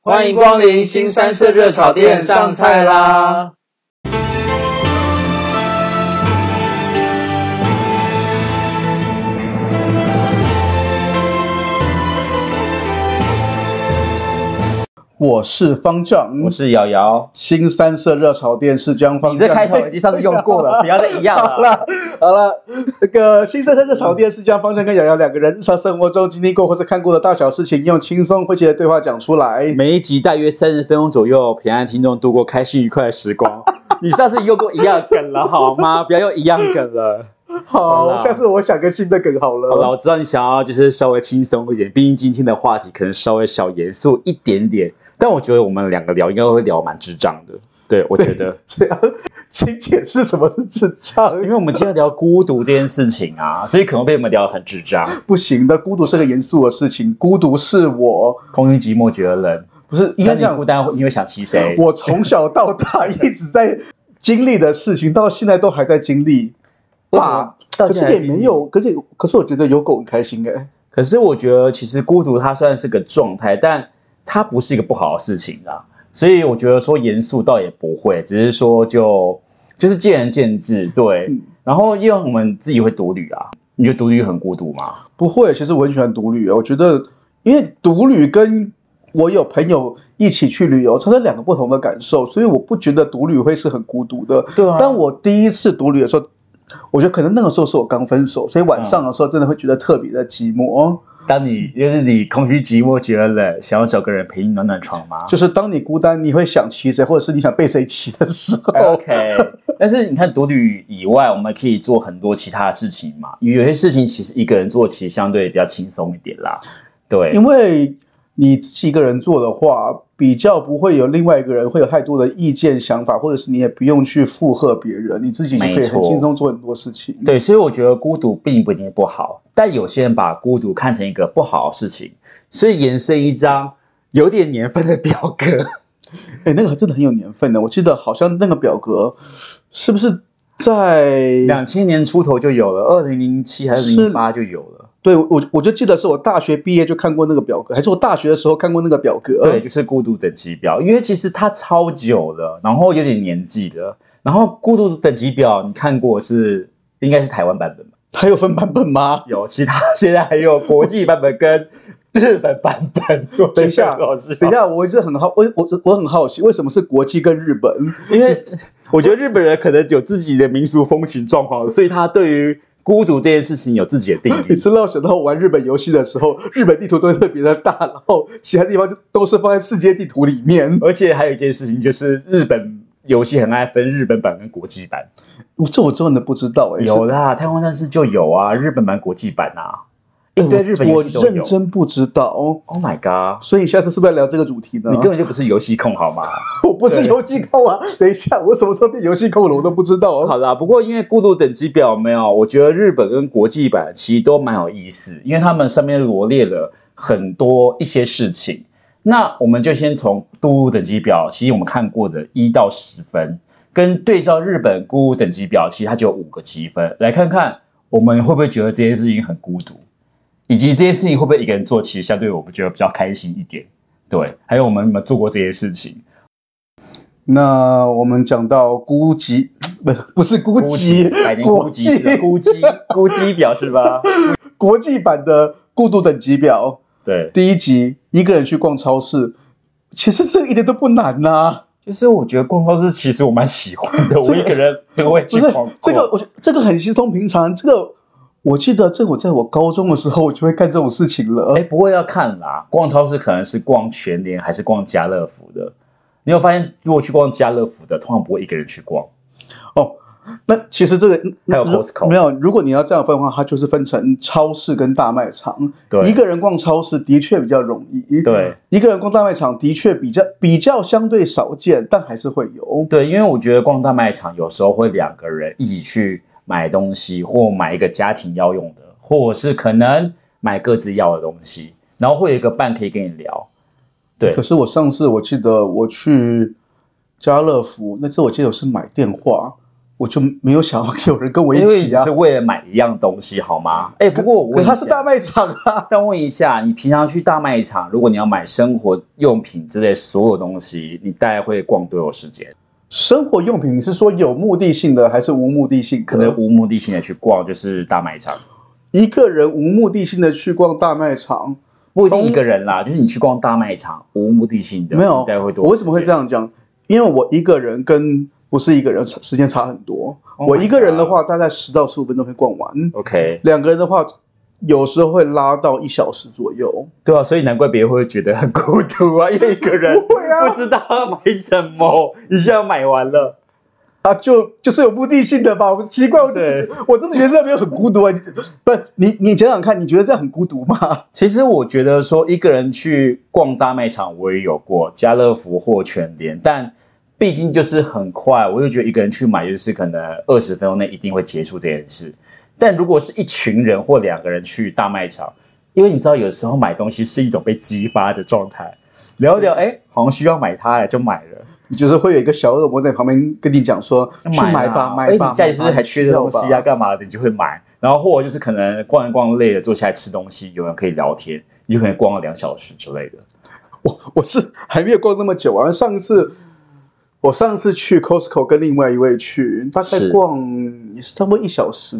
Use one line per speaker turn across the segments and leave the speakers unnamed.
欢迎光临新三色热炒店，上菜啦！
我是方丈，
我是瑶瑶。
新三色热炒店是将方
你
丈。
这开头已经上次用过 了，不要再一样
好
了。
了好了，这个新三色热炒店是将方丈跟瑶瑶两个人日常生活中经历过或是看过的大小事情，用轻松诙谐的对话讲出来。
每一集大约三十分钟左右，陪伴听众度过开心愉快的时光。你上次用过一样梗了好吗？不要用一样梗了。
好，
好啦
下次我想个新的梗好了。
好了，我知道你想要就是稍微轻松一点，毕竟今天的话题可能稍微小严肃一点点，但我觉得我们两个聊应该会聊蛮智障的。对，我觉得，
这样，请解释什么是智障？
因为我们今天聊孤独这件事情啊，所以可能被我们聊得很智障。
不行的，孤独是个严肃的事情，孤独是我
空虚、寂寞、觉得冷，
不是应该
那
这
你
样
孤单，你会想起谁？
我从小到大一直在经历的事情，到现在都还在经 历。
为什么
爸，
到
可
现
是
在还
也
经历
没有，可是可是我觉得有狗很开心哎、
可是我觉得，其实孤独它虽然是个状态，但它不是一个不好的事情啊。所以我觉得说严肃倒也不会，只是说就就是见仁见智，对。
嗯
然后因为我们自己会独旅啊，你觉得独旅很孤独吗？
不会，其实我很喜欢独旅，欸我觉得因为独旅跟我有朋友一起去旅游，它是两个不同的感受，所以我不觉得独旅会是很孤独的。
对啊
但我第一次独旅的时候，我觉得可能那个时候是我刚分手，所以晚上的时候真的会觉得特别的寂寞。
当你就是你空虚寂寞觉得冷，想要找个人陪你暖暖床吗？
就是当你孤单，你会想骑谁，或者是你想被谁骑的时候，
哎 OK，但 是你看独旅以外，我们可以做很多其他的事情嘛。有些事情其实一个人做其实相对比较轻松一点啦。对，
因为你自己一个人做的话，比较不会有另外一个人会有太多的意见、想法，或者是你也不用去附和别人，你自己就可以很
没错
轻松做很多事情。
对，所以我觉得孤独并不一定不好，但有些人把孤独看成一个不好的事情，所以延伸一张有点年份的表格。
哎，那个真的很有年份的，我记得好像那个表格是不是在？
两千年出头就有了，二零零七还是
是
零八就有了。
对，我我就记得是我大学毕业就看过那个表格，还是我大学的时候看过那个表格。
对，，就是孤独等级表，因为其实它超久了，然后有点年纪了。然后孤独等级表你看过是应该是台湾版本吧？
它有分版本吗？
有，其他 现在还有国际版本跟日本版本。我觉得
等一下
很好笑
等一下，我一直很好，我我我很好奇，为什么是国际跟日本？
因为我觉得日本人可能有自己的民俗风情状况，所以他对于孤独这件事情有自己的定
你
义。
知道，想到我玩日本游戏的时候，日本地图都会特别的大，然后其他地方就都是放在世界地图里面。
而且还有一件事情，就是日本游戏很爱分日本版跟国际版，
我这我真的不知道哎、
有
是
啦，《太空战士》就有啊，日本版、国际版啊，一
哎
堆日本
我
游
我
戏都
认
有。
真不知道。
Oh my god！
所以下次是不是要聊这个主题呢？
你根本就不是游戏控好吗？
我不是游戏控啊！等一下，我什么时候变游戏控了，我都不知道哦。
好啦，不过因为孤独等级表没有，我觉得日本跟国际版其实都蛮有意思，因为他们上面罗列了很多一些事情。那我们就先从孤独等级表，其实我们看过的一到十分，跟对照日本孤独等级表，其实它只有五个积分，来看看我们会不会觉得这件事情很孤独，以及这件事情会不会一个人做，其实相对我们觉得比较开心一点。对，还有我们有没有做过这些事情？
那我们讲到孤寂，不是不是孤寂，
百年
国
孤
际
寂，孤寂，孤寂表是吧？
国际版的孤独等级表
对，
第一集，一个人去逛超市，其实这一点都不难啊呐、
就是我觉得逛超市其实我蛮喜欢 的，
这个
我一个人很会
不
去
是
逛。
这个，我觉得这个很稀松平常。这个我记得，这个我在我高中的时候我就会干这种事情了。
哎，不过要看啦，逛超市可能是逛全联还是逛家乐福的。你有发现，如果去逛家乐福的，通常不会一个人去逛。
哦，那其实这个
还有
如
Costco
没有？如果你要这样分的话，它就是分成超市跟大卖场。
对
一个人逛超市的确比较容易。
对，
一个人逛大卖场的确比较比较相对少见，但还是会有。
对，因为我觉得逛大卖场有时候会两个人一起去买东西，或买一个家庭要用的，或者是可能买各自要的东西，然后会有一个伴可以跟你聊。对
可，是我上次我记得我去家乐福，那次我记得我是买电话，我就没有想要有人跟我一
因为
起
只
啊
是。为了买一样东西，好吗？哎，不过我
可
问一
它是
下
大卖 场啊，
但问一下，你平常去大卖场，如果你要买生活用品之类所有东西，你大概会逛多久时间？
生活用品你是说有目的性的还是无目的性的？
可能无目的性的去逛，就是大卖场，
一个人无目的性的去逛大卖场，
不一定一个人啦，就是你去逛大卖场，无目的性的，
没有
你大概会多。
我为什么会这
样？
样讲？因为我一个人跟不是一个人时间差很多。
Oh my
我一个人的话，大概十到十五分钟可以逛完；
OK，
两个人的话，有时候会拉到一小时左右。
对啊，所以难怪别人会觉得很孤独啊，因为一个人
不会啊
不知道要买什么，一下买完了。
啊，就就是有目的性的吧？我奇怪，我就
对
我真的觉得这边很孤独啊！你不是你你想想看，你觉得这样很孤独吗？
其实我觉得说一个人去逛大卖场，我也有过家乐福或全联，但毕竟就是很快，我就觉得一个人去买就是可能二十分钟内一定会结束这件事。但如果是一群人或两个人去大卖场，因为你知道有时候买东西是一种被激发的状态，聊一聊哎，好像需要买它了就买了，
你就是会有一个小恶魔在旁边跟你讲说：“去买
啦
吧，
哎
买吧。”
你家里是不是还缺这东
买
西
吧
啊？？干嘛的？你就会买。然后或者就是可能逛一逛累了，坐下来吃东西，有人可以聊天，你就可能逛了两小时之类的。
我我是还没有逛那么久啊。上次我上次去 Costco 跟另外一位去，大概
是
逛也是差不多一小时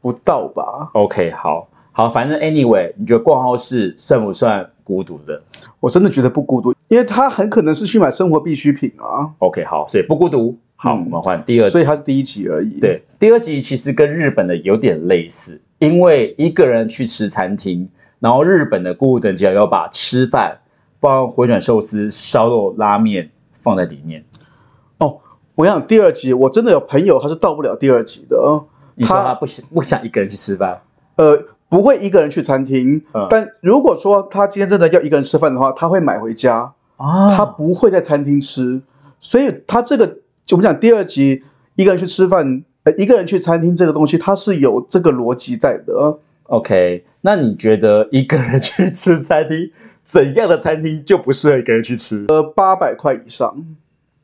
不到吧。
OK，好好，反正 anyway，你觉得逛超市算不算孤独的
我真的觉得不孤独，因为他很可能是去买生活必需品啊，
？OK，好，所以不孤独。好，
嗯
我们换第二
所以
集。
他是第一集而已。，
对，第二集其实跟日本的有点类似，因为一个人去吃餐厅，然后日本的孤独等级要把吃饭，包括回转寿司、烧肉、拉面放在里面。
哦，我想第二集我真的有朋友他是到不了第二集的，
你说他不想不想一个人去吃饭？
呃，不会一个人去餐厅，
嗯
但如果说他今天真的要一个人吃饭的话，他会买回家。
啊
他不会在餐厅吃，所以他这个就我们讲第二集一个人去吃饭，呃，一个人去餐厅这个东西，它是有这个逻辑在的。
OK，那你觉得一个人去吃餐厅，怎样的餐厅就不适合一个人去吃？
呃，八百块以上，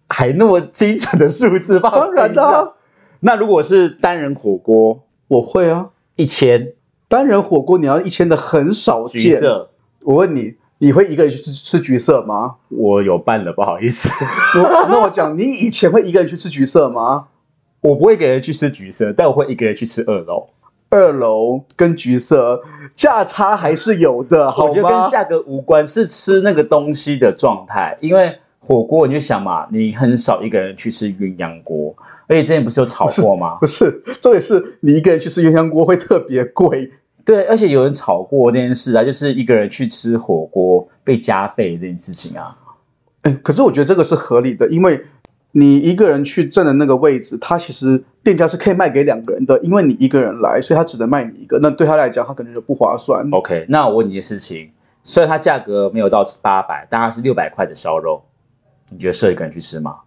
还那么精准的数字吧？
当然啦、
啦。啊那如果是单人火锅，
我会啊。
一千
单人火锅你要一千的很少
橘
见。
色，
我问你，你会一个人去吃吃橘色吗？
我有办了，不好意思，
我那我讲，你以前会一个人去吃橘色吗？
我不会一个人去吃橘色，但我会一个人去吃二楼。
二楼跟橘色价差还是有的，好
我觉得
吗
跟？价格无关，是吃那个东西的状态。因为火锅，你就想嘛，你很少一个人去吃鸳鸯锅，而且之前不是有炒过吗？
不是，重点是你一个人去吃鸳鸯锅会特别贵，
对，而且有人炒过这件事啊，就是一个人去吃火锅被加费这件事情啊。
嗯，可是我觉得这个是合理的，因为你一个人去占的那个位置，他其实店家是可以卖给两个人的，因为你一个人来，所以他只能卖你一个，那对他来讲，他可能就不划算。
OK，那我问你一件事情，虽然它价格没有到八百，但它是六百块的烧肉，你觉得适合一个人去吃吗？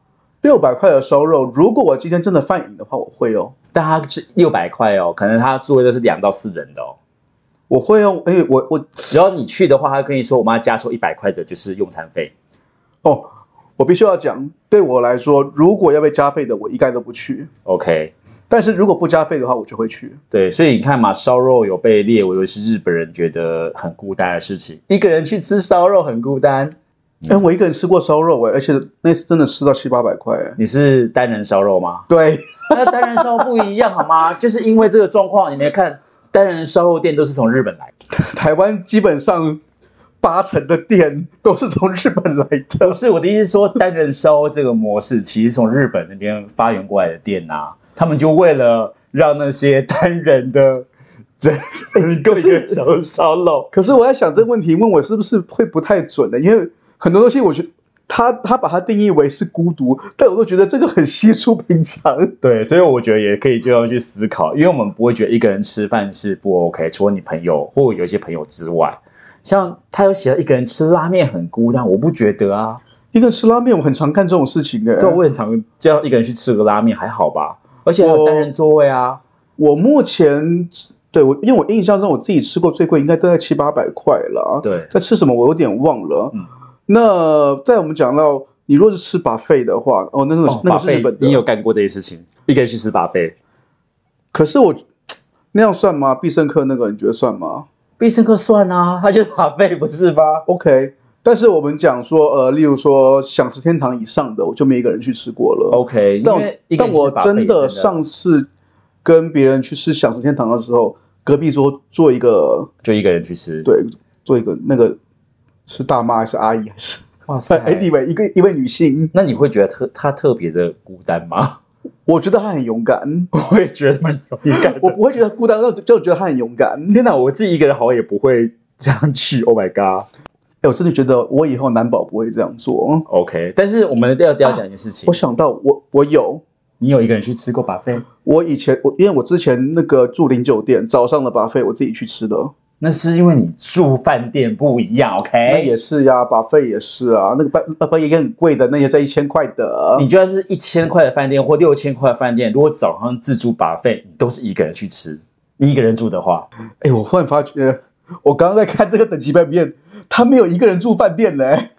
六百块的烧肉，如果我今天真的犯瘾的话，我会哦，
但它是六百块哦，可能它座位都是两到四人的哦。
我会哦，哎，我我
然后你去的话，他跟你说我们要加收一百块的，就是用餐费。
哦，我必须要讲，对我来说，如果要被加费的，我一概都不去；
OK，
但是如果不加费的话，我就会去。
对，所以你看嘛，烧肉有被列为是日本人觉得很孤单的事情，一个人去吃烧肉很孤单。
哎，我一个人吃过烧肉，哎，而且那次真的吃到七八百块，哎，
你是单人烧肉吗？
对，
那单人烧不一样好吗？就是因为这个状况，你没看单人烧肉店都是从日本来的。
台湾基本上八成的店都是从日本来的
不。是我的意思是说，单人烧这个模式其实从日本那边发源过来的店啊，他们就为了让那些单人的这 一个一个烧烧肉，
可是我在想这个问题，问我是不是会不太准呢？因为很多东西，我觉得他他把它定义为是孤独，但我都觉得这个很稀疏平常。
对，所以我觉得也可以就要去思考，因为我们不会觉得一个人吃饭是不 OK，除了你朋友或有一些朋友之外，像他有写到一个人吃拉面很孤单，我不觉得啊，
一个人吃拉面，我很常干这种事情的、
对，我很常这样一个人去吃个拉面还好吧，而且还有单人座位啊，
我目前对我，因为我印象中我自己吃过最贵应该都在七八百块了。
对
在吃什么我有点忘了。
嗯
那在我们讲到你如果是吃 buffet 的话，哦，那个是、
哦，
那
把
个是日
费
本，的，
你有干过这些事情？一个人去吃把费，
可是我那样算吗？必胜客那个你觉得算吗
必胜客算啊，他就是把费不是吗？
？OK，但是我们讲说，呃，例如说享食天堂以上的，我就没一个人去吃过了。
OK，
但
因为
我
一个
但
人吃
我
buffet
真的
的
上次跟别人去吃享食天堂的时候，隔壁桌做一个
就一个人去吃，，
对做一个那个是大妈还是阿姨还是
哇 塞，
哎 anyway 一个一位女性，
那你会觉得特他特别的孤单吗？
我觉得她很勇敢，
我也觉得蛮勇敢
我不会觉得孤单，但就就觉得她很勇敢。
天哪，我自己一个人好像也不会这样去，Oh my god。
哎，我真的觉得我以后难保不会这样做。
OK，但是我们要要讲一件事情，
我想到我我有。
你有一个人去吃过把费，
我以前我因为我之前那个住零酒店，早上的 buffet 我自己去吃的，
那是因为你住饭店不一样
那
，OK？
也是呀，buffet 也是啊，那个 bu- buffet 也很贵的，那也在一千块的。
你就算是一千块的饭店或六千块的饭店，如果早上自助把费，你都是一个人去吃。你一个人住的话，
哎，我忽然发觉，我刚刚在看这个等级排面，他没有一个人住饭店呢。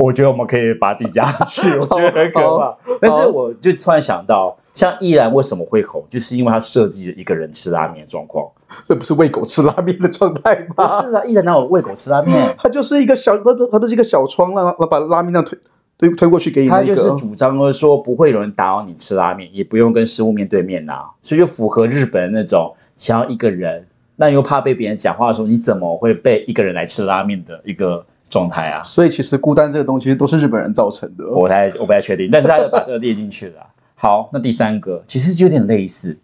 我觉得我们可以把底加下去，我觉得很可怕
好。
但是我就突然想到，像依然为什么会红，就是因为他设计了一个人吃拉面的 状况。
这不是喂狗吃拉面的状态
不
吗？
是啊，依然哪有喂狗吃拉 面？
它就是一个小，它它不是一个小窗，让让把拉面那样推推推过去给你那
他
个。
就是主张就是说不会有人打扰你吃拉面，也不用跟食物面对面拿，所以就符合日本那种想要一个人，但又怕被别人讲话的时候，你怎么会被一个人来吃拉面的一个状态啊？
所以其实孤单这个东西都是日本人造成的。
我不太我不太确定，但是他就把这个列进去了啊。好，那第三个其实就有点类似，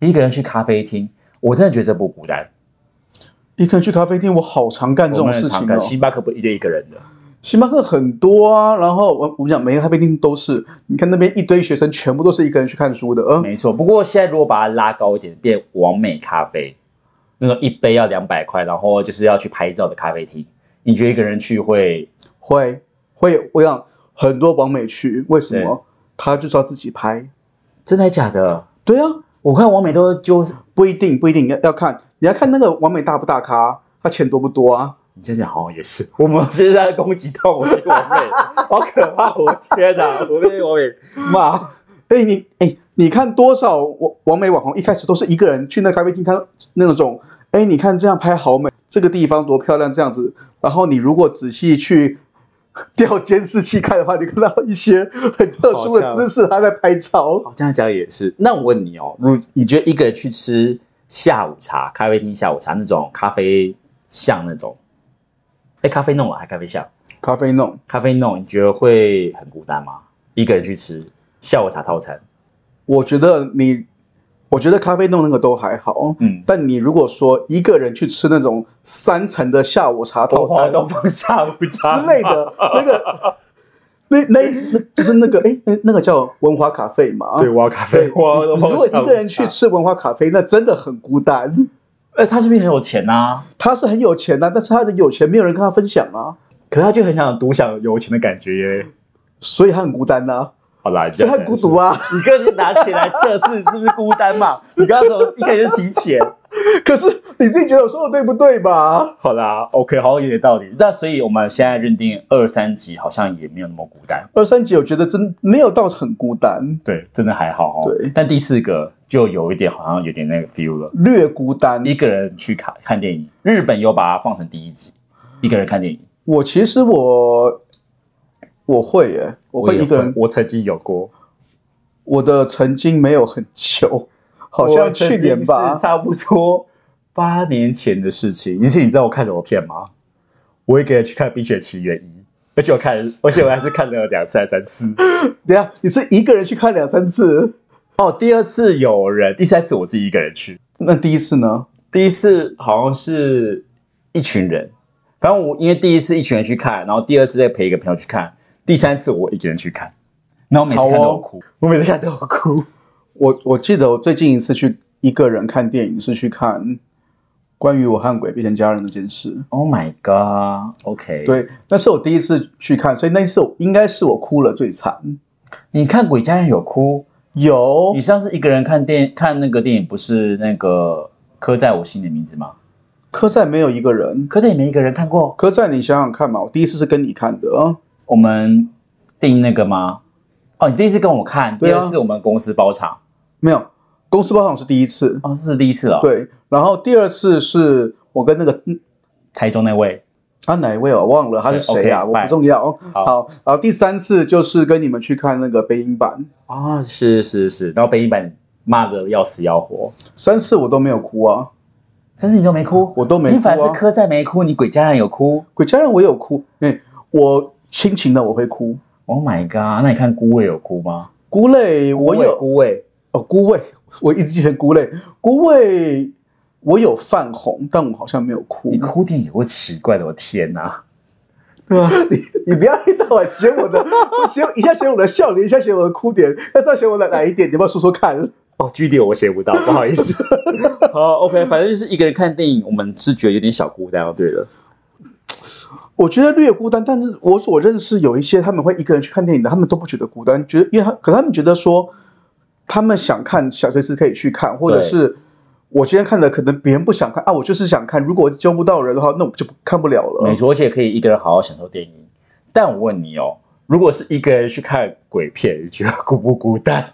一个人去咖啡厅，我真的觉得这不孤单。
一个人去咖啡厅，我好常干这
我
种
们很
事
常
情
看
哦。
星巴克不一定一个人的，
星巴克很多啊，然后我我们讲每个咖啡厅都是，你看那边一堆学生全部都是一个人去看书的，嗯，
没错。不过现在如果把它拉高一点，变完美咖啡，那种一杯要两百块，然后就是要去拍照的咖啡厅，你觉得一个人去会？
会会我想很多网美去，为什么？他就是要自己拍，
真的还假的？
对啊，
我看完美都就是
不一定不一定要要看，你要看那个网美大不大咖，他钱多不多啊？
你这样讲好像也是，我们现在在攻击到我这个完美，好可怕！我天哪，我被完美骂。
哎，你哎，你看多少网网美网红一开始都是一个人去那咖啡厅，看那种，哎，你看这样拍好美，这个地方多漂亮，这样子。然后你如果仔细去调监视器看的话，你看到一些很特殊的姿势，他在拍照。
好，这样讲哦也是。那我问你哦，如你觉得一个人去吃下午茶，咖啡厅下午茶那种咖啡像那种，哎，咖啡弄了还咖啡像，
咖啡弄，
咖啡弄，你觉得会很孤单吗？一个人去吃下午茶套餐，
我觉得你，我觉得咖啡弄那个都还好。
嗯，
但你如果说一个人去吃那种三层的下午茶套
我
餐，
都放下午茶
之类的那个，那那那就是那个哎，那那个叫文华咖啡嘛。 啊
对，我要咖啡，
对
我都
你
放
如果
下
一
午
个人去
茶，
吃文化咖啡，那真的很孤单。
哎，他是不是很有钱啊呐？
他是很有钱呐、但是他的有钱没有人跟他分享啊，
可是他就很想独享有钱的感觉耶。
所以他很孤单呐、
好啦，
所以他很孤独
啊。
啊。
你个人拿钱来测试是不是孤单嘛？你刚刚怎么一开始就提钱？
可是你自己觉得我说的对不对吧？
好啦，OK，好像有点道理。那所以我们现在认定二三级好像也没有那么孤单，
二三集我觉得真没有到很孤单，
对，真的还好哦。
对
但第四个就有一点好像有点那个 feel 了，
略孤单。
一个人去看看电影，日本有把它放成第一集，一个人看电影，
我其实我我会耶、我会
也
一个人。
我曾经有过，
我的曾经没有很久，好
我
像
曾
去
经
年吧
是。差不多八年前的事情。而且你知道我看什么片吗？我一个人去看《冰雪奇缘一》，而且我看，而且我还是看了两次还是三次。
等一下啊你是一个人去看两三次，
哦，第二次有人，第三次我自己一个人去。
那第一次呢？
第一次好像是一群人，反正我因为第一次一群人去看，然后第二次再陪一个朋友去看，第三次我一个人去看，然后每次看
哦
都有哭，我每次看都有哭。
我我记得我最近一次去一个人看电影是去看关于我和鬼变成家人那件事。
Oh my god！OK，、，
对，那是我第一次去看，所以那一次我应该是我哭了最惨。
你看《鬼家人》有哭，
有
你上次一个人看电看那个电影不是那个刻在我心里的名字吗？
柯在没有一个人，
刻在你们一个人看过，
柯在你想想看嘛，我第一次是跟你看的，
我们订那个吗？哦，你第一次跟我看，第
对啊
二次我们公司包场，
没有，公司包场是第一次，
哦，这是第一次哦。，
对，然后第二次是我跟那个嗯
台中那位，
啊哪一位我忘了他是谁啊，
对，OK，
我
fine
不重要。
好
好，然后第三次就是跟你们去看那个北影版，
哦，是是是，然后北一版骂的要死要活，
三次我都没有哭啊，
但是你都没哭，
我都没哭、啊。
你反而是柯在没哭，你鬼家人有哭
鬼家人我有哭，哎、我亲情的我会哭，
，Oh my god！那你看孤味有哭吗？
孤泪我
孤味
有
孤味，
哦，孤味我一直记成孤泪，孤味我有泛红，但我好像没有哭
你。哭点有够奇怪的，我天哪！
你不要一到晚学我的，我学一下学我的笑脸，一下学我的哭点，要知道学我的哪一点，你要不要说说看？
哦，据点我写不 到，不好意思。好，OK，反正就是一个人看电影，我们是觉得有点小孤单哦。对了，
我觉得略孤单，但是我所认识有一些他们会一个人去看电影的，他们都不觉得孤单，觉得因为他可能他们觉得说，他们想看想随时可以去看，或者
对
是我今天看的可能别人不想看啊，我就是想看，如果我揪不到人的话，那我就不看不了了。
没，错，而且可以一个人好好享受电影。但我问你哦，如果是一个人去看鬼片，你觉得孤不孤单？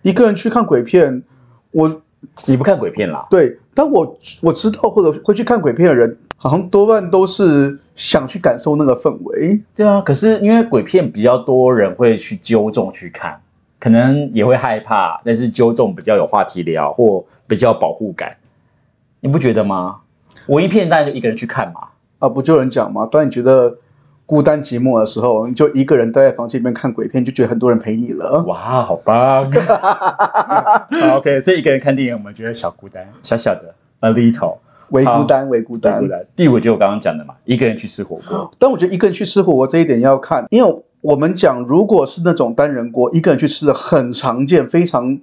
一个人去看鬼片，我
你不看鬼片啦？
对，但我我知道或者会去看鬼片的人，好像多半都是想去感受那个氛围。
对啊，可是因为鬼片比较多人会去揪中去看，可能也会害怕，但是揪中比较有话题聊，或比较有保护感，你不觉得吗？文艺片当然就一个人去看嘛。
啊，不就有人讲嘛，当你觉得孤单寂寞的时候，你就一个人待在房间里面看鬼片，就觉得很多人陪你了。
哇，好 棒好！OK，所以一个人看电影，我们觉得小孤单，小小的，a little
为孤单，为孤单
孤。单。第五就我刚刚讲的嘛，一个人去吃火锅，
但我觉得一个人去吃火锅这一点要看，因为我们讲，如果是那种单人锅，一个人去吃的很常见，非常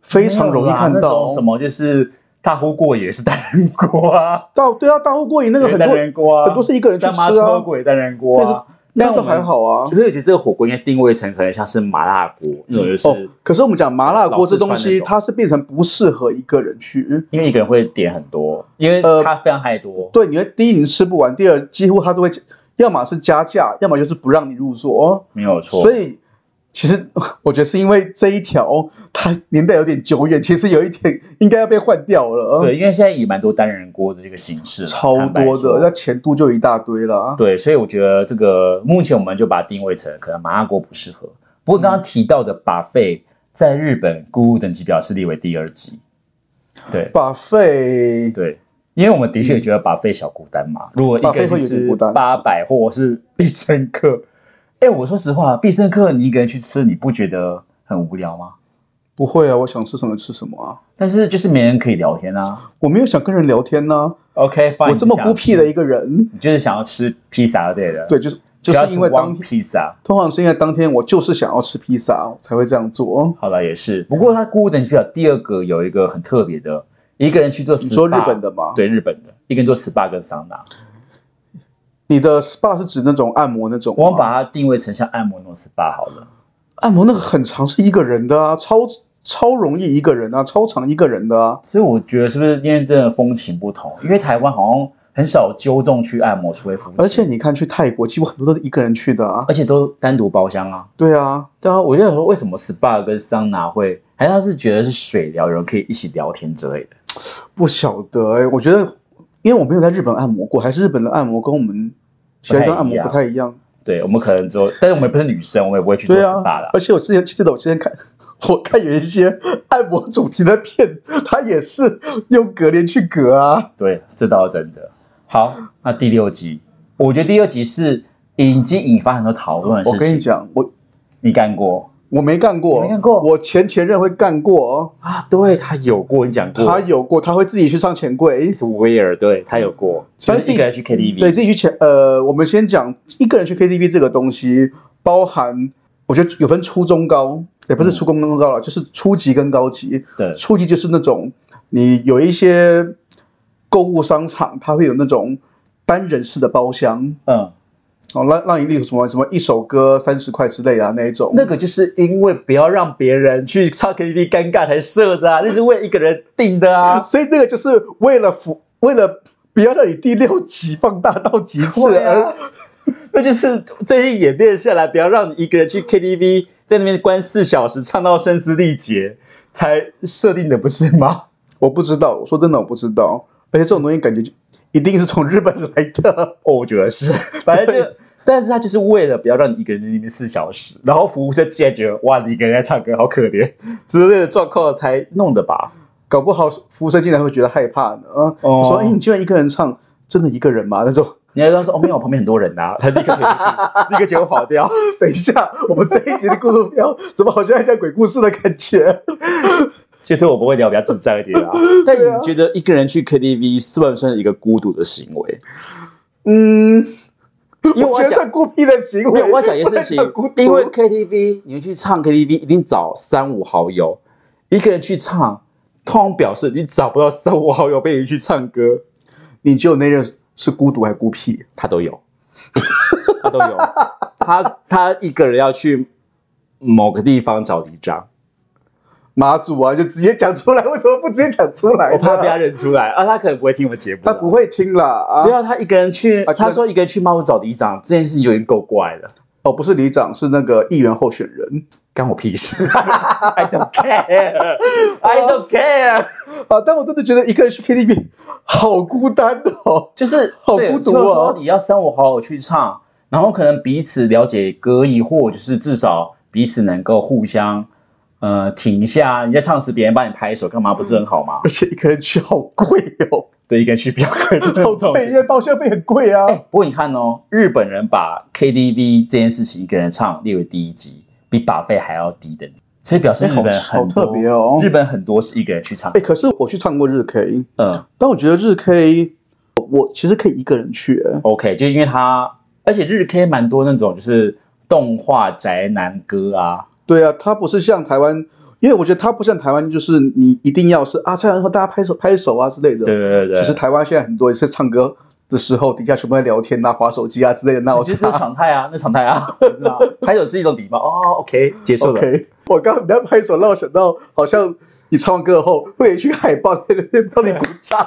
非常容易看
没有啦那
到
种。什么，就是大呼过也是单人锅啊，
到对啊，大户过瘾那
那
个很
单
多
人锅啊，
很多是一个人去吃啊
大妈车锅也单人锅
那
啊
是，那个都还好啊。
所以我觉得这个火锅应该定位成可能像是麻辣锅那种，就是、
哦，可是我们讲麻辣锅这东
老四川那
西，
种
它是变成不适合一个人去。
因为一个人会点很多，因为
呃
它非常太多。
对，你会第一你吃不完，第二几乎它都会，要么是加价，要么就是不让你入座。
没有错，
所以其实 我觉得是因为这一条它年代有点久远，其实有一点应该要被换掉了。啊
对，，因为现在也蛮多单人锅的这个形式啦，
嗯超
坦白
多
说
的，那前度就一大堆了。啊
对，所以我觉得这个目前我们就把它定位成可能麻辣锅不适合。不过刚刚提到的 buffet 在日本估物等级表是列为第二级，对
把费
对，因为我们的
嗯
确也觉得 buffet 小孤单嘛。如果一个
buffet
人
会有点
吃
孤单
八百或是必胜客，哎，我说实话，必胜客你一个人去吃，你不觉得很无聊吗？
不会啊，我想吃什么吃什么啊，
但是就是没人可以聊天啊。
我没有想跟人聊天呐、
OK，fine，
我这么孤僻的
你
一个人，
就是想要吃披萨就对了。
对，，就是就
只要
是因为当
one
天，
披萨。
通常是因为当天我就是想要吃披萨我才会这样做。哦
好了，也是。
嗯
不过他《孤等级表》第二个有一个很特别的，一个人去做 SPA，
你说日本的吗
对，日本的，一个人做 SPA 跟桑拿。
你的 SPA 是指那种按摩那种吗？
我们把它定位成像按摩那种 SPA 好了。
按摩那个很长是一个人的啊，超超容易一个人啊，超长一个人的啊。
所以我觉得是不是因为真的风情不同？因为台湾好像很少揪中去按摩，除非夫妻，
而且你看去泰国，几乎很多都是一个人去的啊。
而且都单独包厢啊。
对啊，
对啊，我就想说，为什么 SPA 跟桑拿会？还是他是觉得是水疗，有人可以一起聊天之类的。
不晓得哎、我觉得，因为我没有在日本按摩过，还是日本的按摩跟我们其他地方按摩不太一样。
对我们可能就，但是我们不是女生，我们也不会去做
对
SPA 啦
啊。，而且我之前记得我之前看，我看有一些按摩主题的片，它也是用隔帘去隔啊。
对，这倒是真的。好，那第六集，我觉得第六集是已经引发很多讨论的事
我
情。
跟你，讲，我
你干过
我没干过，
你没干过
我前前任会干过哦，
啊？对他有过，你讲过，
他有过，他会自己去上钱柜。
是 Weir，对他有过，就
但是
是一个人去 KTV，
对，自己去前呃，我们先讲一个人去 KTV 这个东西，包含我觉得有分初中高，也不是初中跟高了，就是初级跟高级。
嗯对
初级就是那种你有一些购物商场，它会有那种单人式的包厢，
嗯，
哦，让让你例如什么什么一首歌三十块之类啊那一种。。
那个就是因为不要让别人去唱 KTV 尴尬才设的啊，那是为一个人定的啊
所以那个 就是为了服，为了不要让你第六集放大到极致
对
而
啊， 那就是最近演变下来，不要让你一个人去 KTV，在那边关四小时，唱到声嘶力竭，才设定的不是吗？
我不知道，我说真的我不知道，而且这种东西感觉就一定是从日本来的。
哦，我觉得是，反正就，但是他就是为了不要让你一个人在那边四小时，然后服务生竟然觉得哇，你一个人在唱歌好可怜之类的状况才弄的吧？
搞不好服务生竟然会觉得害怕呢。啊，
哦
说哎，你居然一个人唱，真的一个人吗？那种，
你还跟他说哦，没有，我旁边很多人呐、他立刻回去，立刻觉得我跑掉。
等一下，我们这一集的故事标怎么好像在讲鬼故事的感觉？ 啊
其实我不会聊，比较智障一点啦、但你觉得一个人去 KTV 算不算一个孤独的行为？
嗯，
因为
我
我
觉得
要讲，
算孤僻的行为。
没有，我要讲一件事
不太算
情
孤，独
因为 KTV 你去唱 KTV 一定找三五好友，一个人去唱，通常表示你找不到三五好友陪你去唱歌，
你只有那任是孤独还孤僻？
他 都有，他都有， 他他一个人要去某个地方找里长，
马祖啊，就直接讲出来，为什么不直接讲出来呢？
我怕被他认出来啊，他可能不会听我节目，
他不。会听啦啊
对！啊，他一个人去，
啊就是
他说一个人去猫屋找里长这件事情就已经够怪了，
哦，不是里长，是那个议员候选人。
干我屁事 ！I don't care，I don't care，
啊，但我真的觉得一个人去 KTV 好孤单哦。
就是
好
对
孤独哦
就是说你要三五好友去唱，然后可能彼此了解歌艺，或者是至少彼此能够互相呃停一下。你在唱时，别人帮你拍手，干嘛不是很好吗
而？且一个人去好贵 哦，
对，一个人去比较快，这
好
种重
贵，因为包厢费很贵啊。
不过你看哦，日本人把 KTV 这件事情一个人唱列为第一级，比把费还要低等级，所以表示
哎
日
好
本很多、
好特别哦
日本很多是一个人去唱
哎、，可是我去唱过日 K，
嗯
但我觉得日 K，我我其实可以一个人去、哎
，OK，就因为他，而且日 K 蛮多那种就是动画宅男歌啊，
对啊，它不是像台湾，因为我觉得它不像台湾，就是你一定要是啊，唱完后大家拍手拍手啊之类的。
对对对对，
其实台湾现在很多也是唱歌的时候，底下全部在聊天呐、啊、划手机啊之类的，那我
其实 那是常态啊，那是常态啊， 我知道，拍手是一种礼貌哦，OK，接受了。
OK，我刚刚你在拍手，让我想到好像你唱完歌后会有一群海豹在那边帮你鼓掌。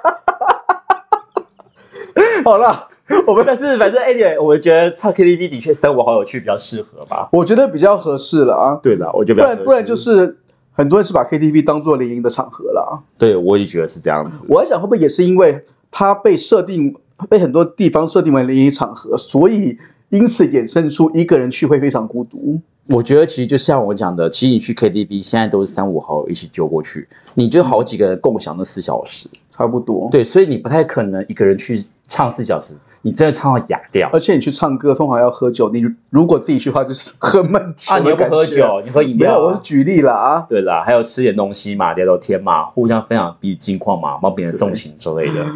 好啦，
我们但是反正 anyway，我觉得唱 KTV 的确三五好友去比较适合吧。
我觉得比较合适了啊，
对的，我觉得
不
比较合
然
适
不然就是很多人是把 KTV 当做联谊的场合了啊。
对，我也觉得是这样子。
我在想会不会也是因为它被设定被很多地方设定为联谊场合，所以因此衍生出一个人去会非常孤独。
我觉得其实就像我讲的，其实你去 KTV 现在都是三五好友一起揪过去，你就好几个人共享那四小时。
差不多，
对，所以你不太可能一个人去唱四小时，你真的唱到哑掉
而。且你去唱歌通常要喝酒，你如果自己去的话就是喝闷酒
啊，你
的
又不
感觉
喝酒，你喝饮
没有，
料
我是
啊。
举例了啊。
对啦，还有吃点东西嘛，聊聊天嘛，互相分享彼此近况嘛，帮别人送行之类的。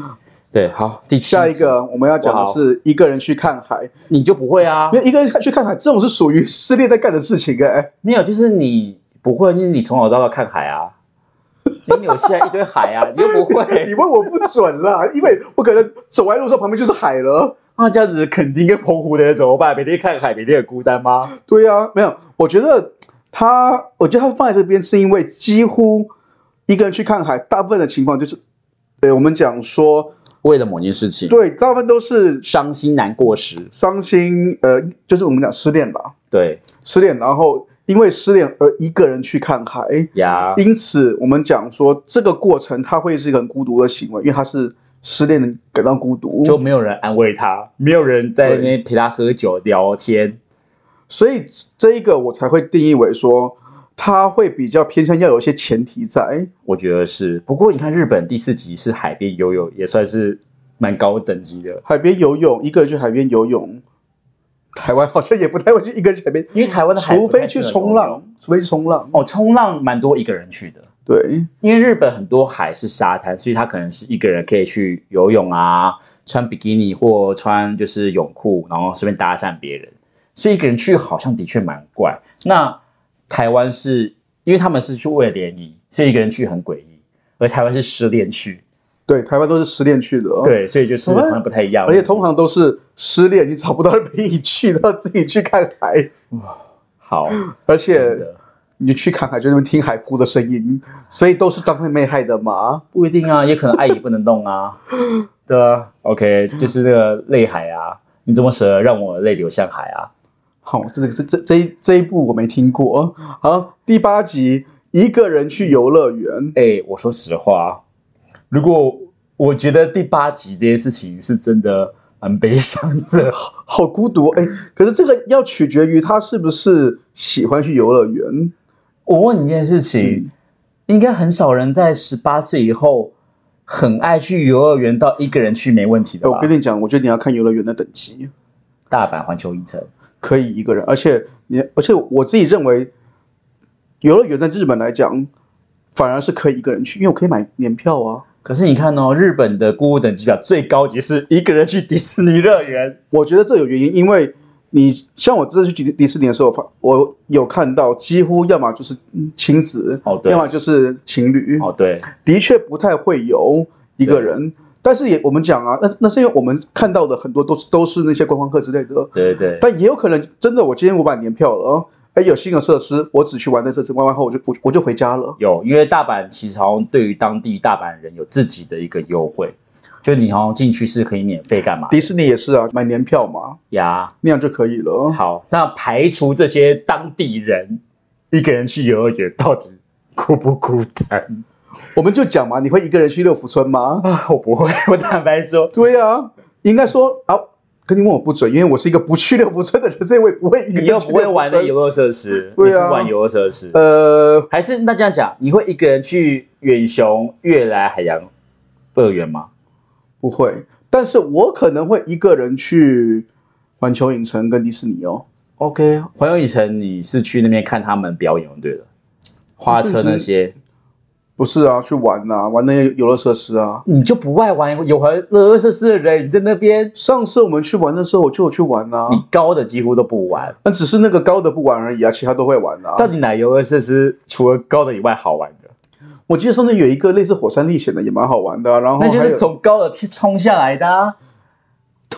对，好，第七
下一
集
个我们要讲的是一个人去看海，
你就不会啊
因，为一个人去看海这种是属于失恋在干的事情哎、
没有，就是你不会，因为你从小到大看海啊，你纽西兰一堆海啊，你又不
你
会
问我不准啦，因为我可能走在路上旁边就是海了。
那这样子肯定跟澎湖的人怎么办？每天看海，每天很孤单吗？
对啊，没有，我觉得他，我觉得他放在这边是因为几乎一个人去看海，大部分的情况就是，对我们讲说，
为了某件事情，
对，大部分都是
伤心难过时，
伤心，呃，就是我们讲失恋吧，
对
失恋，然后因为失恋而一个人去看海，
呀，
因此我们讲说这个过程它会是一个很孤独的行为，因为他是失恋的感到孤独，
就没有人安慰他，没有人在那边陪他喝酒聊天。
所以这一个我才会定义为说，他会比较偏向要有一些前提在。
我觉得是，不过你看日本第四集是海边游泳，也算是蛮高等级的，
海边游泳，一个人去海边游泳，台湾好像也不太会去一个人去海边，
因为台湾的海
除
不太
非去
适合游
冲
泳
浪，除非去冲浪。
哦，冲浪蛮多一个人去的。
对，
因为日本很多海是沙滩，所以他可能是一个人可以去游泳啊，穿比基尼或穿就是泳裤，然后随便搭讪别人。所以一个人去好像的确蛮怪。那台湾是因为他们是去为了联谊，所以一个人去很诡异，而台湾是失恋去，
对，台湾都是失恋去的。，
对，所以就是好像不太一样。
哦而且通常都是失恋，你找不到人陪你去，然后自己去看海，
好，
而且
真的
你去看海就在那边听海哭的声音，所以都是张惠妹害的嘛。
不一定啊，也可能爱也不能动啊。对啊，OK，就是那个泪海啊，你这么蛇让我泪流向海啊！
好，这个这这这一这一部我没听过。好，第八集一个人去游乐园，
哎，我说实话，如果我觉得第八集这件事情是真的蛮悲伤的，
好孤独。哎，可是这个要取决于他是不是喜欢去游乐园。
我问你一件事
嗯
情，应该很少人在十八岁以后很爱去游乐园到一个人去没问题的
我
吧？
跟你讲，我觉得你要看游乐园的等级，
大阪环球影城，
可以一个人，而且你，而且我自己认为，游乐园在日本来讲，反而是可以一个人去，因为我可以买年票啊。
可是你看哦，日本的购物等级表最高级是一个人去迪士尼乐园，
我觉得这有原因，因为你像我这次去迪迪士尼的时候，发我有看到几乎要么就是嗯亲子，
哦对
要么就是情侣，
哦对，
的确不太会有一个人。但是也我们讲啊，那那是因为我们看到的很多都是都是那些观光客之类的，
对对对，
但也有可能真的我今天我买年票了哦，哎有新的设施，我只去玩那设施，玩完后我就我我就回家了。
有，因为大阪其实好像对于当地大阪人有自己的一个优惠，就你好像进去是可以免费干嘛
迪士尼也是啊，买年票嘛，
呀？
那样就可以了。
好，那排除这些当地人，一个人去游乐园到底孤不孤单？
我们就讲嘛，你会一个人去六福村吗？
啊，我不会， 我坦白说，
对啊，应该说啊，可你问我不准，因为我是一个不去六福村的人，所以我也不会一个人
你又
去
不会
六福
玩的
村
游乐设施，
对啊
你不玩游乐设施，
呃，
还是那这样讲，你会一个人去远雄、悦来海洋乐园吗？
不会，但是我可能会一个人去环球影城跟迪士尼哦。
OK，环游影城你是去那边看他们表演对了，花车那些，
不是啊，去玩啊，玩那些游乐设施啊。
你就不爱玩有玩乐设施的人，你在那边
上次我们去玩的时候，我就有去玩啊，
你高的几乎都不玩。
那只是那个高的不玩而已啊，其他都会玩啊。
到底哪游乐设施除了高的以外好玩的？
我记得上次有一个类似火山历险的，也蛮好玩的啊、然后
那就
还有
是从高的天冲下来的、啊。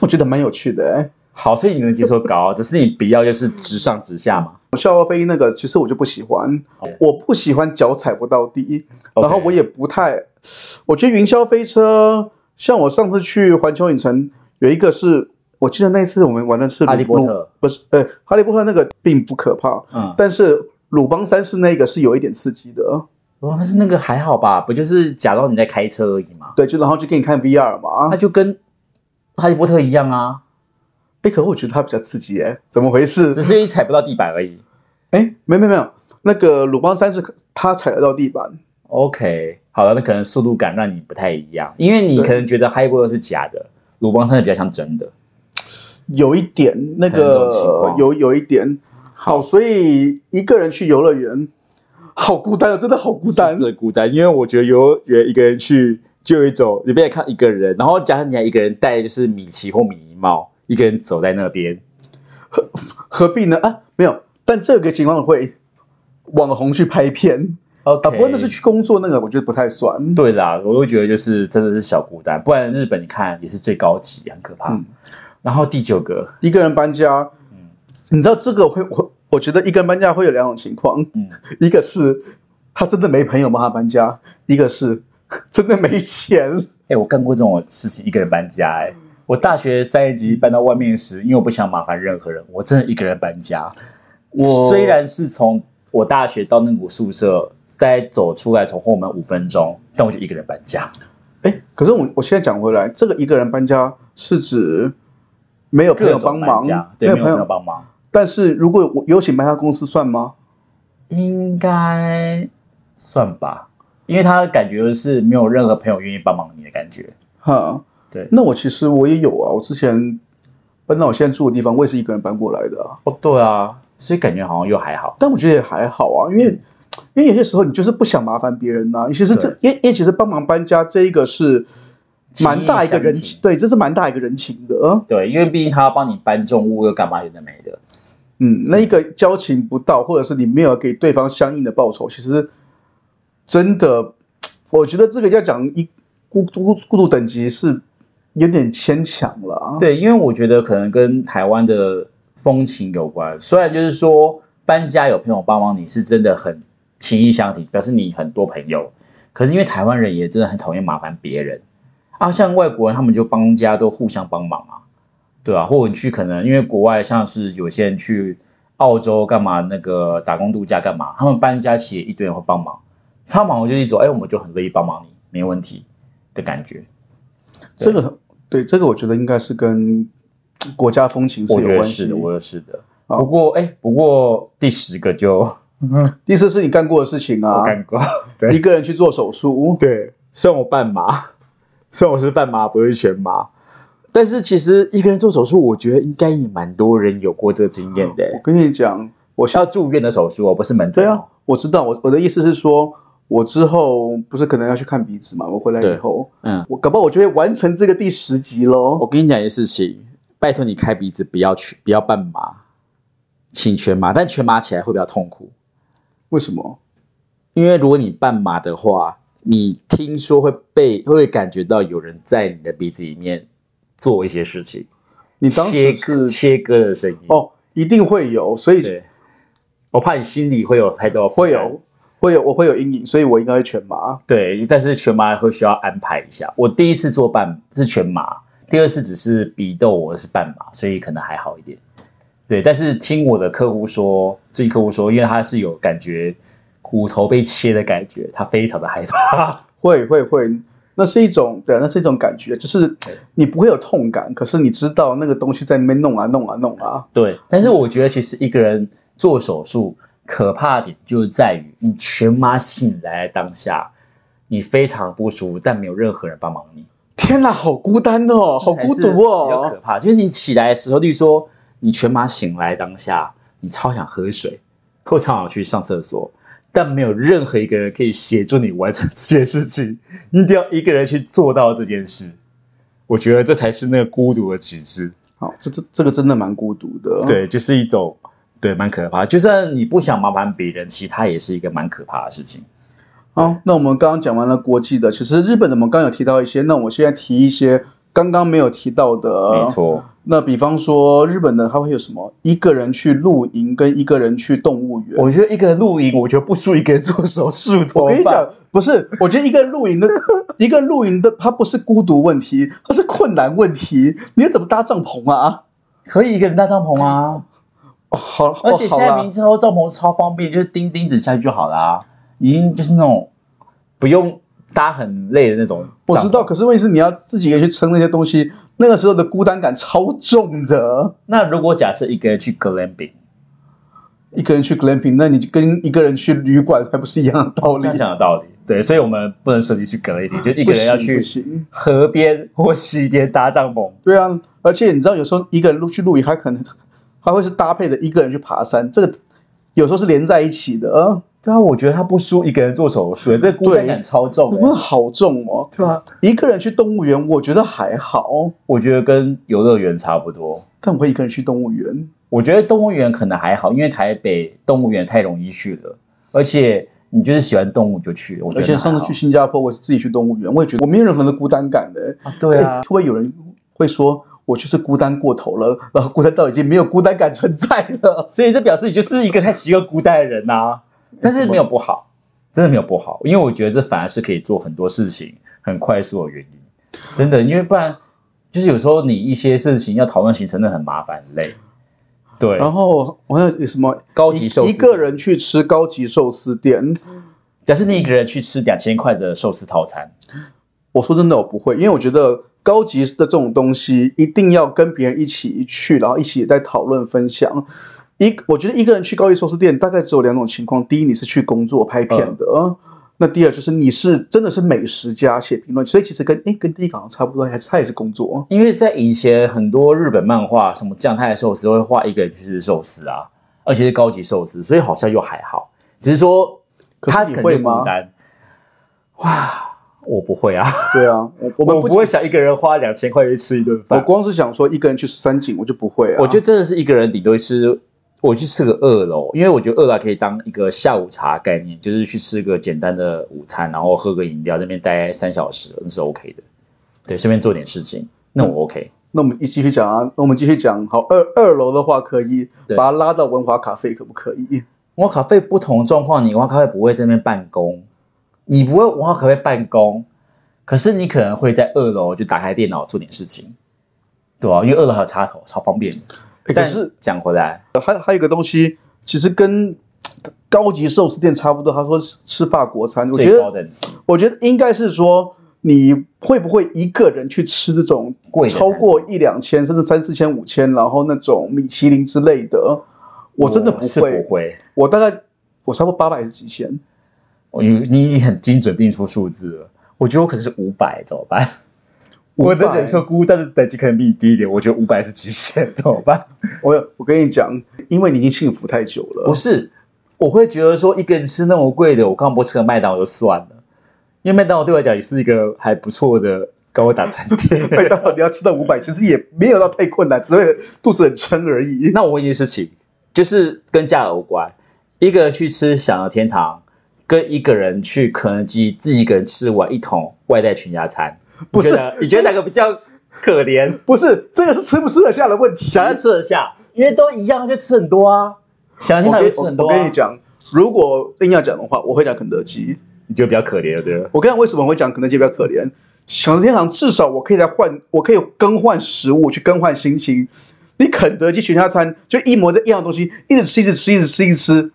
我觉得蛮有趣的、欸。
好，所以你能接受高，啊只是你不要就是直上直下嘛。
笑傲飞鹰那个，其实我就不喜欢，我不喜欢脚踩不到地，
OK
然后我也不太，我觉得云霄飞车，像我上次去环球影城有一个是，我记得那次我们玩的是
哈利波
鲁
特，
不是，呃，哈利波特那个并不可怕，
嗯，
但是鲁邦三世那个是有一点刺激的，
哇，哦但是那个还好吧，不就是假装你在开车而已嘛？
对，就然后就给你看 VR 嘛
那，就跟哈利波特一样啊，
哎，可我觉得它比较刺激哎、怎么回事
只？是踩不到地板而已。
哎，没没没有，那个鲁邦三世他踩得到地板，
OK，好了，那可能速度感让你不太一样，因为你可能觉得哈利波特是假的，鲁邦三世比较像真的。
有一点那
可能这种
个
情况
有有一点好，所以一个人去游乐园，好孤单啊，真的好孤单
是。真的孤单，因为我觉得游乐园一个人去就有一种你不要看一个人，然后加上你还一个人戴就是米奇或米妮帽，一个人走在那边，
何必呢？啊，没有，但这个情况会网红去拍片
OK 嗯
啊，不过那是去工作那个，我觉得不太算。
对啦，我会觉得就是真的是小孤单，不然日本你看也是最高级，很可怕。
嗯
然后第九个，
一个人搬家，你知道这个会我我觉得一个人搬家会有两种情况，
嗯
一个是他真的没朋友帮他搬家，一个是 真的没钱。
哎、我干过这种事情，一个人搬家、哎，我大学三年级搬到外面时，因为我不想麻烦任何人，我真的一个人搬家。
我
虽然是从我大学到那股宿舍，再走出来从后门五分钟，但我就一个人搬家。
哎，可是我我现在讲回来，这个一个人搬家是指没有朋
各
友
种
帮
搬
忙
家，，对，没
朋
有朋友
友。
帮忙，
但是如果我有请搬家公司算吗？
应该算吧，因为他感觉是没有任何朋友愿意帮忙你的感觉。
哈，
对
那我其实我也有啊，我之前搬到我现在住的地方，我也是一个人搬过来的啊。
哦，对啊，所以感觉好像又还好。
但我觉得也还好啊，因为
嗯
因为有些时候你就是不想麻烦别人呐、啊其实这因为因为其实帮忙搬家这一个是蛮大一个人
情义
情
相挺，
对，这是蛮大一个人情的。啊
对，因为毕竟他要帮你搬重物又干嘛有的没的。
嗯，那一个交情不到，或者是你没有给对方相应的报酬，其实真的，我觉得这个要讲一孤孤孤独等级是有点牵强了啊。
对，因为我觉得可能跟台湾的风情有关。虽然就是说搬家有朋友帮忙你是真的很情意相挺，表示你很多朋友。可是因为台湾人也真的很讨厌麻烦别人啊，像外国人他们就搬家都互相帮忙啊，对啊，或者你去可能因为国外像是有些人去澳洲干嘛那个打工度假干嘛，他们搬家其实一堆人会帮忙，他忙完就一走，哎，我们就很乐意帮忙你，没问题的感觉。
这个对这个，我觉得应该是跟嗯国家风情是
我
有
觉得
关
是
系
的，。我觉得是的。
好
不过哎，不过第十个就
第四是你干过的事情啊
我，干过，
一个人去做手术，
对，虽然我半麻，虽然我是半麻，不是全麻，但是其实一个人做手术，我觉得应该也蛮多人有过这个经验的、
我跟你讲，我
要住院的手术哦，不是门诊、
对啊，，我知道，我我的意思是说，我之后不是可能要去看鼻子嘛？我回来以后，
对嗯，
我搞不好我就会完成这个第十集
我
喽。
跟你讲一件事情，拜托你开鼻子不要去，不要半麻，请全麻，但全麻起来会比较痛苦，
为什么？
因为如果你半麻的话，你听说会被会感觉到有人在你的鼻子里面做一些事情，
你当时
切
是
切割的声音，
哦，一定会有，所以
对，我怕你心里会有太多的负
会
担
有会有我会有阴影，所以我应该会全麻。
对，但是全麻会需要安排一下。我第一次做半是全麻，第二次只是鼻窦，我是半麻，所以可能还好一点。对，但是听我的客户说，最近客户说，因为他是有感觉骨头被切的感觉，他非常的害怕。
会会会，那是一种对啊，那是一种感觉，就是你不会有痛感，可是你知道那个东西在那边弄啊弄啊弄啊。
对，但是我觉得其实一个人做手术可怕的点就是在于你全麻醒来的当下，你非常不舒服，但没有任何人帮忙你。
天哪，好孤单哦，好孤独
比较可
哦。
怕。就是你起来的时候，例如说你全麻醒来当下，你超想喝水，或超想去上厕所，但没有任何一个人可以协助你完成这件事情，你一定要一个人去做到这件事。我觉得这才是那个孤独的极致。
好，这这这个真的蛮孤独的。。
对，就是一种对蛮可怕的。就算你不想麻烦别人，其实它也是一个蛮可怕的事情。
好，那我们刚刚讲完了国际的，其实日本的我们刚刚有提到一些，那我现在提一些刚刚没有提到的。
没。错，
那比方说日本的，它会有什么？一个人去露营，跟一个人去动物园。
我觉得一个人露营，我觉得不输一个人做手 术。怎
我
么
跟你
办
讲，不是，我觉得一个露营的， 一个露营的，它不是孤独问题，它是困难问题。你要怎么搭帐篷啊？
可以一个人搭帐篷啊。
哦好，哦
而且
好
现在
啦
明知道帐篷超方便，就是钉钉子下去就好啦，已经就是那种不用搭很累的那种帐篷。
我知道，可是问题是你要自己去撑那些东西，那个时候的孤单感超重的。
那如果假设一个人去 glamping，
一个人去 glamping，那你就跟一个人去旅馆还不是一样的道
这
理？
样讲有道理。对，所以我们不能设计去 glamping，就一
不
个人要
行
去
不行。
河边或溪边搭帐篷。
对啊，而且你知道，有时候一个人去露营，他可能他会是搭配着一个人去爬山，这个有时候是连在一起的。啊
对啊，我觉得他不输一个人做手术，
嗯
这孤单感超重、
那
欸。
好重哦！
对啊，
一个人去动物园，我觉得还好，
我觉得跟游乐园差不多。
但我会一个人去动物园。
我觉得动物园可能还好，因为台北动物园太容易去了，而且你就是喜欢动物就去。我觉
而
得
且
还
上次
好
去新加坡，我是自己去动物园，我也觉得我没有任何的孤单感的。
啊对啊
哎，会不会有人会说我就是孤单过头了，然后孤单到已经没有孤单感存在 了？
所以这表示你就是一个太习惯孤单的人呐、 但是没有不好，真的没有不好，因为我觉得这反而是可以做很多事情很快速的原因。真的，因为不然就是有时候你一些事情要讨论行程，真的很麻烦很累。对，
然后我像有什么
高级寿司
一个人去吃高级寿司店，
假设你一个人去吃两千块的寿司套餐，
我说真的，我不会，因为我觉得高级的这种东西一定要跟别人一起去，然后一起在讨论分享。一，我觉得一个人去高级寿司店，大概只有两种情况：第一，你是去工作拍片的；那第二就是你是真的是美食家写评论，所以其实跟哎跟第一个好像差不多，还是他也是工作。啊
因为在以前很多日本漫画，什么酱太寿司会画一个人去吃寿司啊，而且是高级寿司，所以好像又还好，只是说
可是
他
你
可能
会
就孤
吗
单。哇，我不会啊。
对啊，我我
我
们
们不会想一个人花两千块去吃一顿
我
饭。
光是想说一个人去山景，我就不会啊。
我觉得真的是一个人顶多吃，我去吃个二楼，因为我觉得二楼可以当一个下午茶概念，就是去吃个简单的午餐，然后喝个饮料，那边待三小时，那是 OK 的。对，顺便做点事情，那我 OK。
那我们一继续讲啊，那我们继续讲。好，二二楼的话可以
对
把它拉到文华咖啡，可不可以？
文化咖啡不同的状况，你文化咖啡不会在那边办公，你不会文化咖啡办公，可是你可能会在二楼就打开电脑做点事情，对啊，因为饿了还有插头，超方便的。
哎可
但
是
讲回来，
还还有一个东西，其实跟高级寿司店差不多。他说是吃法国餐，我觉
最高
得
等级
我觉得应该是说你会不会一个人去吃这种
贵的餐
超过一两千甚至三四千五千，然后那种米其林之类的，我真的不
是
会。
不会。
我大概我差不多八百是极限。
我哦你你已经很精准定出数字了，我觉得我可能是五百，怎么办？我的
500
忍受估，但是等级可能比你低一点，我觉得五百是极限，怎么办？
我我跟你讲，因为你已经幸福太久了
不。是，我会觉得说一个人吃那么贵的，我干嘛不吃个麦当劳就算了？因为麦当劳对我来讲也是一个还不错的高档餐厅。
麦当劳你要吃到五百，其实也没有到太困难，只是肚子很撑而已。
那我问一件事情，就是跟价格无关。一个人去吃享乐天堂，跟一个人去肯德基自己一个人吃完一桶外带全家餐，
不是
你觉得你觉得哪个比较可怜？
不是，这个是吃不吃得下的问题。
想要吃得下，因为都一样，就吃很多啊。想要天
我
堂
跟
就吃很多、
我。
啊
我跟你，讲，如果硬要讲的话，我会讲肯德基。
你觉得比较可怜了，对不对？
我跟你讲，为什么会讲肯德基比较可怜？享乐天堂至少我可以来换，我可以更换食物去更换心情。你肯德基全家餐就一模一样的东西，一直吃，一直吃，一直吃，一直吃。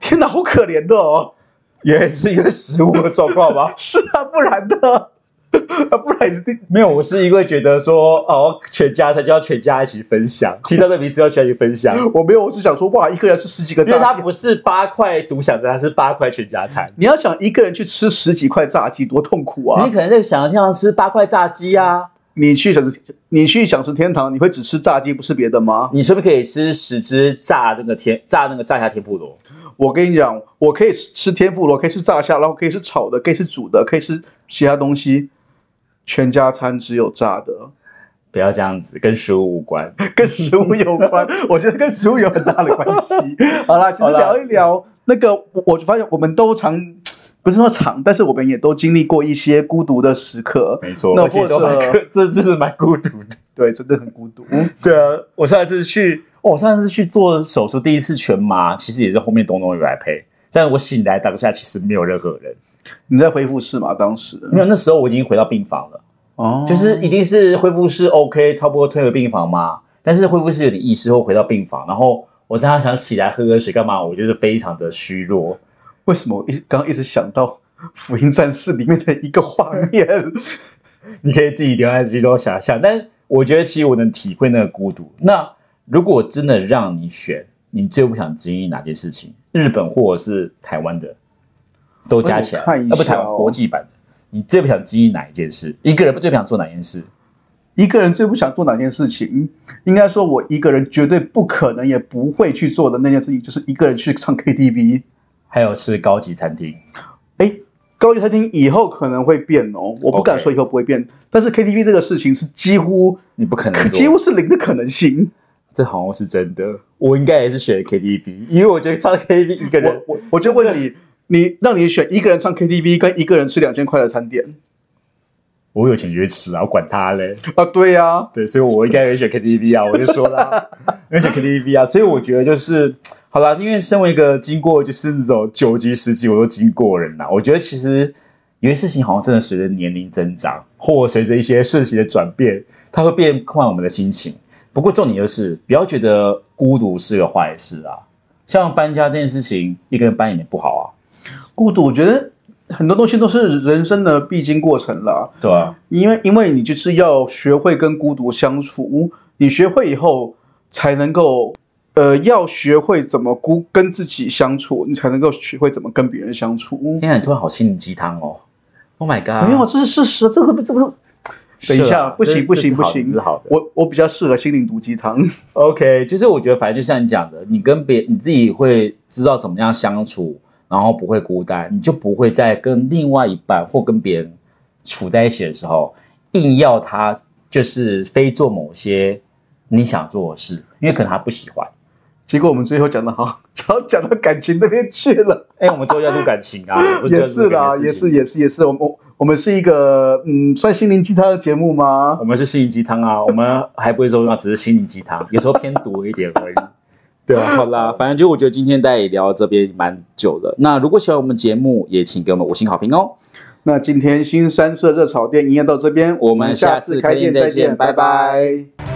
天哪，好可怜的哦！？
原来是因为食物的状况吧
是啊，不然呢？ 啊，不然你
没有，我是因为觉得说，哦，全家才就要全家一起分享，听到这名字要全家一起分 享，
我没有，我是想说，哇，一个人要吃十几个
因为它
炸鸡。
不是八块独享餐，它是八块全家餐。
你要想一个人去吃十几块炸鸡，多痛苦啊！
你可能在想要天堂吃八块炸鸡啊，
你去享食，你去享食天堂，你会只吃炸鸡，不吃别的吗？
你是不是可以吃十只炸那个天炸那个炸虾天妇罗？
我跟你讲，我可以吃吃天妇罗，可以吃炸虾，然后可以吃炒的，可以吃煮的，可以吃其他东西。全家餐只有炸的，
不要这样子，跟食物无关。
跟食物有关， 我觉得跟食物有很大的关系。 好啦，其实
好啦
聊一聊那个，我我发现我们都常不是说常，但是我们也都经历过一些孤独的时刻。
没错，
那
而且
或
都蛮
者
孤，这真的蛮孤独的。
对，真的很孤独。
对啊，我上一次去，哦我上一次去做手术，第一次全麻，其实也是后面东东有来陪，但我醒来当下其实没有任何人，
你在恢复室吗？当时
没有，那时候我已经回到病房了，
哦，
就是一定是恢复室 OK，差不多退回病房嘛，但是恢复室有点意识后回到病房，然后我当时想起来喝个水干嘛，我就是非常的虚弱，
为什么我一刚刚一直想到《福音战士》里面的一个画面？
你可以自己留在自己都想象，但我觉得其实我能体会那个孤独。那如果真的让你选，你最不想经历哪件事情？日本或者是台湾的，都加起来，
我看一下
啊不台湾
哦
国际版的，你最不想经历哪一件事？一个人最不想做哪件事？
一个人最不想做哪件事情？应该说，我一个人绝对不可能也不会去做的那件事情，就是一个人去唱 KTV。
还有吃高级餐厅，
哎，高级餐厅以后可能会变哦，我不敢
OK
说以后不会变但是 KTV 这个事情是几乎
你不可能
几乎
做。
是零的可能性。
这好像是真的，我应该也是选 KTV，因为我觉得唱 KTV 一个人
我，我我就问你，你让你选一个人唱 KTV 跟一个人吃两千块的餐点
我有钱就去吃啊，我管他嘞。
啊？对呀、啊，
对，所以我应该也 选 KTV 啊，我就说啦，我选 KTV 啊，所以我觉得就是好啦，因为身为一个经过就是那种九级、十级我都经过的人呐、我觉得其实有些事情好像真的随着年龄增长，或随着一些事情的转变，它会变换我们的心情。不过重点就是不要觉得孤独是个坏事啊，像搬家这件事情，一个人搬也没不好啊，
孤独，我觉得很多东西都是人生的必经过程啦。
对啊，
因为因为你就是要学会跟孤独相处，你学会以后才能够，呃，要学会怎么孤跟自己相处，你才能够学会怎么跟别人相处。
天啊，你突然好心灵鸡汤哦，Oh my
嗯
god，
没有，这是事实，这个这个。
是啊，
等一下，不行
这
不行
这是
不
好的
行
这是好的，
我我比较适合心灵毒鸡汤。
OK，就是我觉得，反正就像你讲的，你跟别你自己会知道怎么样相处，然后不会孤单，你就不会在跟另外一半或跟别人处在一起的时候，硬要他就是非做某些你想做的事，因为可能他 不喜欢。
结果我们最后讲的好，然后讲到感情那边去了，
哎、我们之后要录感情啊，我们
也
之后要
是
录感
啦，
情
也
的事情
是也是也是，我们我我们是一个嗯，算心灵鸡汤的节目吗
我？们是心灵鸡汤啊，我们还不会说那只是心灵鸡汤，有时候偏毒一点而已。 对啊，好啦，反正就我觉得今天大家也聊到这边蛮久了。那如果喜欢我们节目，也请给我们五星好评哦。
那今天新三社热炒店营业到这边，
我们下次开店再见拜拜
拜